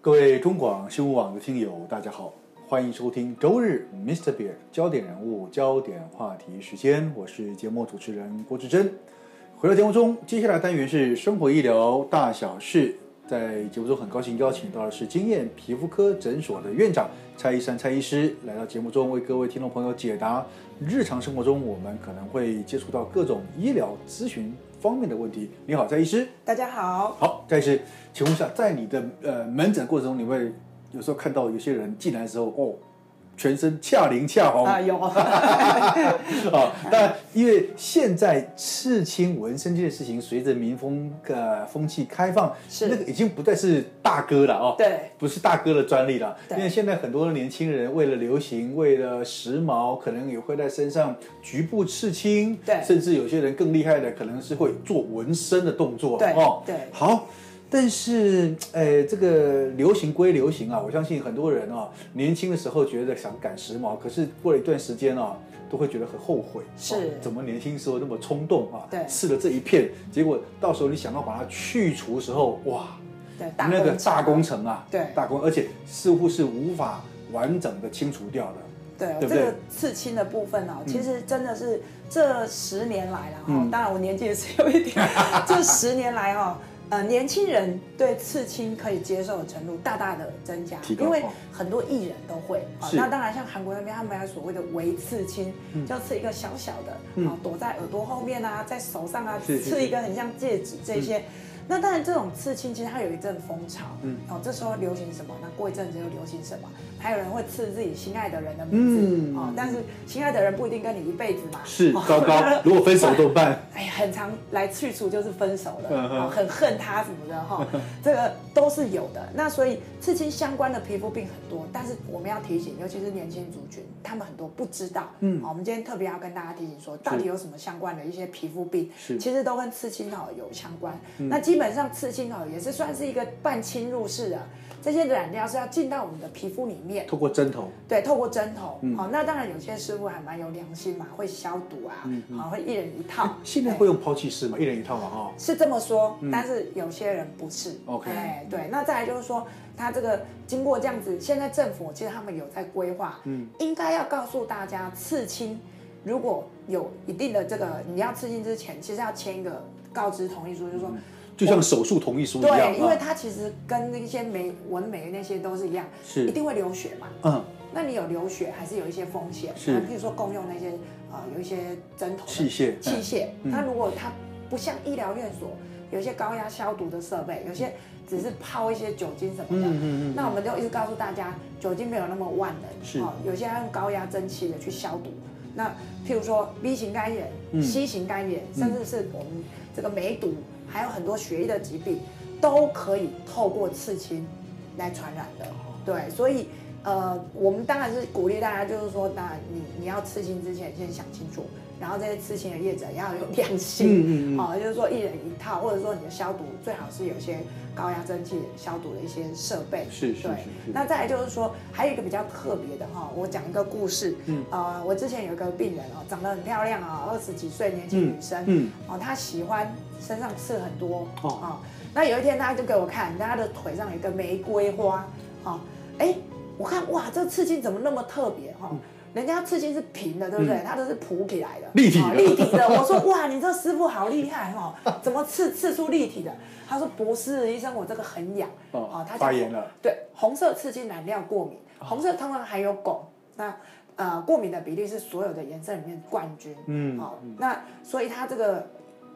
各位中广新闻网的听友，大家好，欢迎收听周日 Mr. Beer 焦点人物、焦点话题时间，我是节目主持人郭志珍。回到节目中，接下来单元是生活医疗大小事。在节目中，很高兴邀请到的是经验皮肤科诊所的院长蔡医生、蔡医师来到节目中，为各位听众朋友解答日常生活中我们可能会接触到各种医疗咨询方面的问题。你好，蔡医师。大家好，好，但是请问一下，在你的呃门诊过程中，你会有时候看到有些人进来的时候，哦，全身恰灵恰红啊啊、 有当然，因为现在刺青、纹身这件事情，随着民风呃风气开放，是那个已经不再是大哥了哦。对，不是大哥的专利了，因对为现在很多的年轻人为了流行，为了时髦，可能也会在身上局部刺青，对甚至有些人更厉害的，可能是会做纹身的动作，对哦，对好。但是，呃，这个流行归流行啊，我相信很多人啊，年轻的时候觉得想赶时髦，可是过了一段时间啊，都会觉得很后悔，是哦怎么年轻时候那么冲动啊？对试了这一片，结果到时候你想要把它去除的时候，哇，对，大那个工程大工程啊，对大工，而且似乎是无法完整的清除掉的。对对不这对嗯个刺青的部分哦，其实真的是这十年来啦，哦，当然我年纪也是有一 点，这十年来哦，呃，年轻人对刺青可以接受的程度大大的增加，提高因为哦很多艺人都会。哦是嗯那当然，像韩国那边他们还有所谓的微刺青，就刺一个小小的，哦，躲在耳朵后面啊，在手上啊，是是刺一个很像戒指这些。那当然，这种刺青其实它有一阵风潮，嗯哦，这时候流行什么，那过一阵子又流行什么，还有人会刺自己心爱的人的名嗯嗯，哦，但是心爱的人不一定跟你一辈子嘛。 是哦糟糕，如果分手怎么办？哎，很常来去除就是分手了，嗯哼哦，很恨他什么 的哈、这个都是有的。那所以刺青相关的皮肤病很多，但是我们要提醒，尤其是年轻族群，他们很多不知道。嗯嗯，我们今天特别要跟大家提醒说，到底有什么相关的一些皮肤病是，嗯其实都跟刺青哦有相关。那基本上刺青哦也是算是一个半侵入式的，这些染料是要进到我们的皮肤里面。透过针头，对，透过针头，嗯好、那当然有些师傅还蛮有良心嘛，会消毒啊，好、嗯会一人一 套。现在哎会用抛弃式嘛，一人一套嘛，哈。是这么说，但是有些人不是。嗯 OK 哎，对，那再来就是说，他这个经过这样子，现在政府其实他们有在规划，嗯，应该要告诉大家，刺青如果有一定的这个，你要刺青之前，其实要签一个告知同意书，就是说。就像手术同意嗯书一样，对，因为啊它其实跟那些美纹眉那些都是一样，是一定会流血嘛。嗯，那你有流血还是有一些风险，是啊譬如说共用那些呃有一些针头的器械器械，嗯它如果它不像医疗院所有一些高压消毒的设备，有些只是泡一些酒精什么的，嗯嗯嗯那我们就一直告诉大家，酒精没有那么万能，哦是有些要用高压蒸汽的去消毒。那譬如说 B 型肝炎、C 嗯型肝炎，甚至是我们这个梅毒，还有很多血液的疾病，都可以透过刺青来传染的。对，所以呃，我们当然是鼓励大家，就是说，当然你你要刺青之前先想清楚，然后这些刺青的业者要有良嗯嗯心，嗯哦，就是说一人一套，或者说你的消毒最好是有一些高压蒸汽消毒的一些设备。是是对是是那再来就是说，还有一个比较特别的哈、我讲一个故事。嗯，呃，我之前有一个病人哦，长得很漂亮啊、二十几岁年轻女生，嗯嗯，哦，她喜欢身上刺很多哦哦那有一天她就给我看，她的腿上有一个玫瑰花，哦，哎，我看哇，这刺青怎么那么特别哈、嗯人家刺青是平的，对不对？她都是凸起来的，立体的哦立体的。我说哇，你这师傅好厉害哦，怎么刺刺出立体的？他说不是，医生，我这个很痒。哦哦，他发炎了。对，红色刺激染料过敏，哦红色通常含有汞，那呃过敏的比例是所有的颜色里面冠军。嗯哦，那所以它这个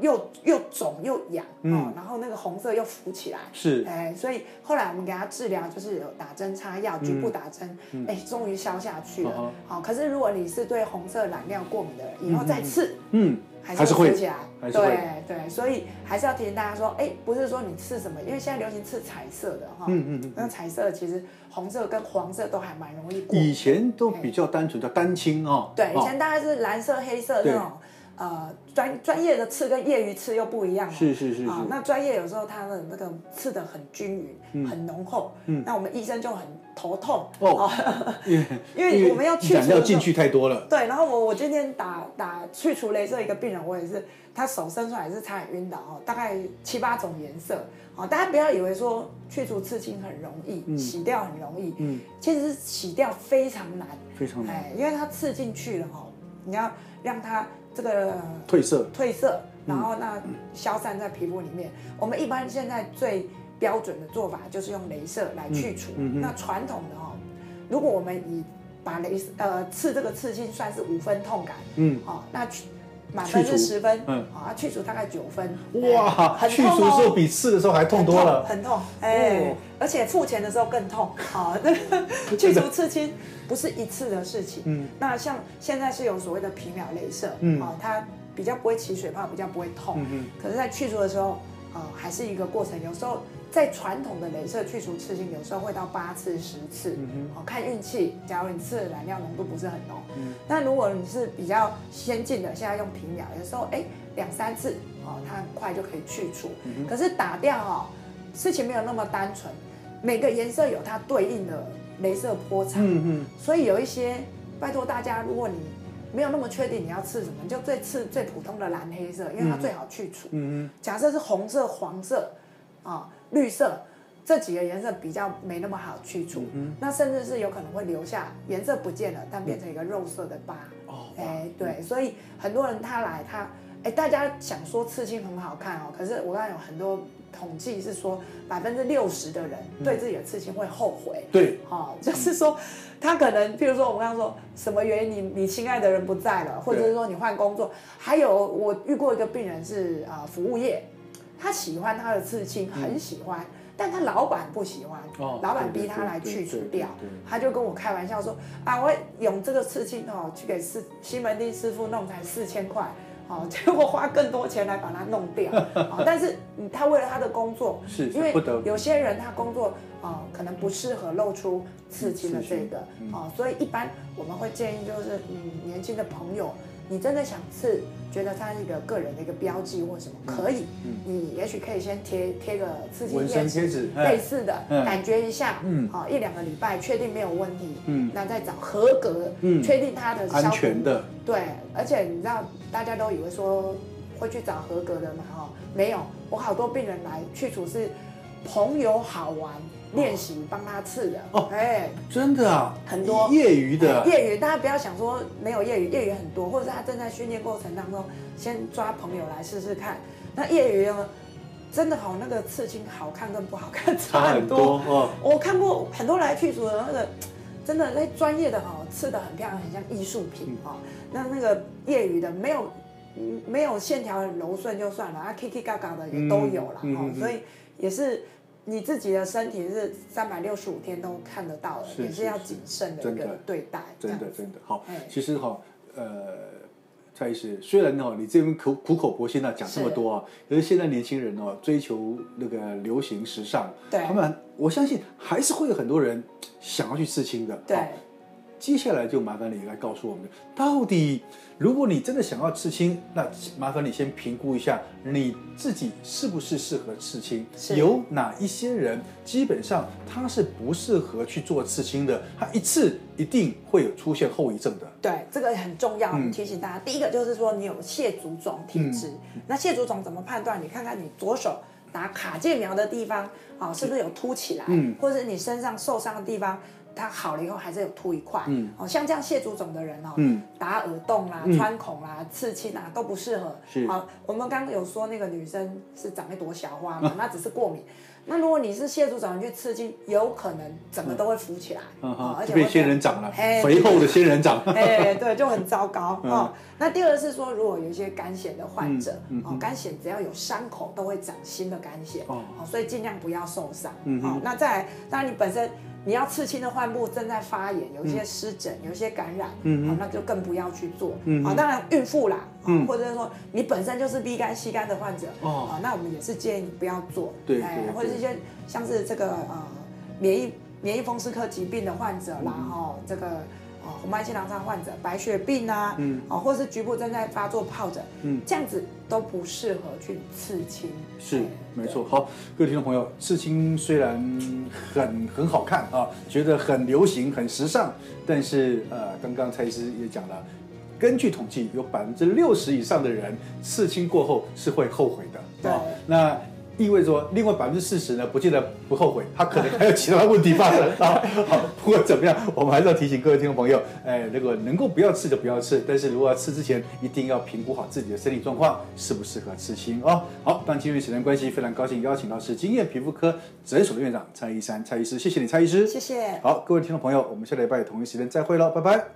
又又肿又痒，哦嗯，然后那个红色又浮起来。是哎，所以后来我们给他治疗，就是有打针擦药，局部打针，哎，终于消下嗯去哼了。好，可是如果你是对红色染料过敏的人，以后再刺，嗯，还还是是会会浮起来，还是会对对，所以还是要提醒大家说，哎，不是说你刺什么，因为现在流行刺彩色的哈，嗯嗯嗯那彩色其实红色跟黄色都还蛮容易过敏，以前都比较单纯，叫单亲哦。对，以前哦大概是蓝色、黑色那种呃专专业的刺跟业余刺又不一样了。是是是是嗯啊，那专业有时候它的那个刺的很均匀、很浓厚，那我们医生就很头痛哦啊因为因为我们要一去除讲要的时进候去太多了，对，然后我我今天打打去除镭射一个病人，我也是，他手伸出来是差点晕倒哦，大概七八种颜色哦。大家不要以为说去除刺青很容易，洗掉很容易，嗯，其实洗掉非常难，非常难哎，因为它刺进去了哦，你要让它这个褪色。褪色，嗯然后那消散在皮肤里面。我们一般现在最标准的做法就是用镭射来嗯去除。那传统的哦，如果我们以把镭射呃刺这个刺青算是五分痛感，嗯，哦，那去满分去除是十分，嗯好、啊，去除大概九分，哎哇，很去痛除的时候哦。比刺的时候还痛多了。很痛，哎、哦而且付钱的时候更痛， 好、那个去除刺青不是一次的事情，嗯，那像现在是有所谓的皮秒镭射，嗯哦，它比较不会起水泡，比较不会痛，嗯可是，在去除的时候，呃，还是一个过程。有时候在传统的镭射去除刺青，有时候会到八次、十次，哦，看运气。假如你刺的染料浓度不是很浓，那如果你是比较先进的，现在用皮秒，有时候哎两三次，哦，它很快就可以去除。可是打掉哦，事情没有那么单纯，每个颜色有它对应的镭射波长。嗯所以有一些，拜托大家，如果你没有那么确定你要吃什么，你就最吃最普通的蓝黑色，因为它最好去除。嗯假设是红色、黄色啊、绿色这几个颜色比较没那么好去除，那甚至是有可能会留下颜色不见了，但变成一个肉色的疤。哦哎、对，所以很多人他来他，哎，大家想说刺青很好看哦，可是我刚才有很多统计是说，百分之六十的人对自己的刺青会后悔。对，哦，就是说，他可能，譬如说，我们刚刚说什么原因你，你亲爱的人不在了，或者是说你换工作，还有我遇过一个病人是啊、呃服务业，他喜欢他的刺青，很喜欢，但他老板不喜欢，嗯哦老板对对逼他来对去对除对掉对对，他就跟我开玩笑说啊，我用这个刺青哦，去给师西门町师傅弄才四千块。哦，结果花更多钱来把它弄掉，哦，但是嗯他为了他的工作，是因为不得不有些人他工作啊、可能不适合露出刺青的这个嗯哦，所以一般我们会建议就是，嗯，年轻的朋友，你真的想刺，觉得它是一个个人的一个标记或什么，可以，你也许可以先贴贴个刺嗯青纹身贴纸哎类似的，嗯感觉一下，嗯嗯，好、一两个礼拜确定没有问题，嗯嗯，那再找合格，嗯确定它的消毒安全的，对，而且你知道，大家都以为说会去找合格的嘛，哦，没有，我好多病人来去除是朋友好玩练习帮他刺的，哦哎，真的啊，很多哎业余的，业余，大家不要想说没有业余，业余很多，或者是他正在训练过程当中，先抓朋友来试试看。那业余呢，真的好，那个刺青好看跟不好看 差差很很多多。哦。我看过很多来去除的那个，真的那专业的哈、刺的很漂亮，很像艺术品哈、那那个业余的没有嗯没有线条很柔顺就算了，啊，K K 嘎嘎的也都有了哈、嗯嗯嗯所以也是。你自己的身体是三百六十五天都看得到的，是也是是要是谨慎的真一个的对待。这真样的真的好哎，其实哈、呃，蔡医师，虽然哦，你这边苦苦口婆心的讲这么多啊，可是现在年轻人哦，追求那个流行时尚，对他们我相信还是会有很多人想要去刺青的。对好，接下来就麻烦你来告诉我们，到底如果你真的想要刺青，那麻烦你先评估一下你自己是不是适合刺青，是有哪一些人基本上他是不适合去做刺青的，他一次一定会有出现后遗症的。对，这个很重要，嗯提醒大家。第一个就是说，你有蟹足肿体质，嗯那蟹足肿怎么判断？你看看你左手打卡介苗的地方，啊、是不是有凸起来？嗯或者你身上受伤的地方，它好了以后还是有凸一块。嗯，哦，像这样蟹足肿的人哦，嗯，打耳洞啦、嗯穿孔啦、刺青啊都不适合。是好、我们刚刚有说那个女生是长一朵小花啊嘛，那只是过敏。那如果你是蟹足肿，你去刺青，有可能整个都会浮起来，嗯哦哼，而且就会变仙非人常掌了，哎肥厚的仙人 掌。哎，对，就很糟糕嗯哦。那第二是说，如果有一些肝癣的患者嗯嗯，哦，肝癣只要有伤口都会长新的肝癣，哦哦，所以尽量不要受伤。嗯哼哦，那再来，当然你本身你要刺青的患部正在发炎，有一些湿疹，有一些感染，嗯哦，那就更不要去做。嗯哼哦，当然孕妇啦，哦嗯或者是说你本身就是 B 肝、C 肝的患者，哦哦，那我们也是建议你不要做。对哎对对或者是一些嗯像是这个呃免疫免疫风湿科疾病的患者啦，哈、这个哦，红斑性狼疮患者、白血病啊，嗯哦，或是局部正在发作疱疹，嗯这样子都不适合去刺青。是哎没错。好，各位听众朋友，刺青虽然很很好看啊，觉得很流行、很时尚，但是呃，刚刚蔡医师也讲了，根据统计，有百分之六十以上的人刺青过后是会后悔的啊对。那意味着说另外百分之四十呢，不见得不后悔，他可能还有其他问题发生啊。 好，不管怎么样，我们还是要提醒各位听众朋友，哎，如果能够不要吃就不要吃，但是如果要吃之前，一定要评估好自己的身体状况适不适合吃青哦。好，当今日时间关系，非常高兴邀请到是经验皮肤科诊所的院长蔡医生，蔡医师，谢谢你，蔡医师，谢谢好，各位听众朋友，我们下礼拜同一时间再会喽，拜拜。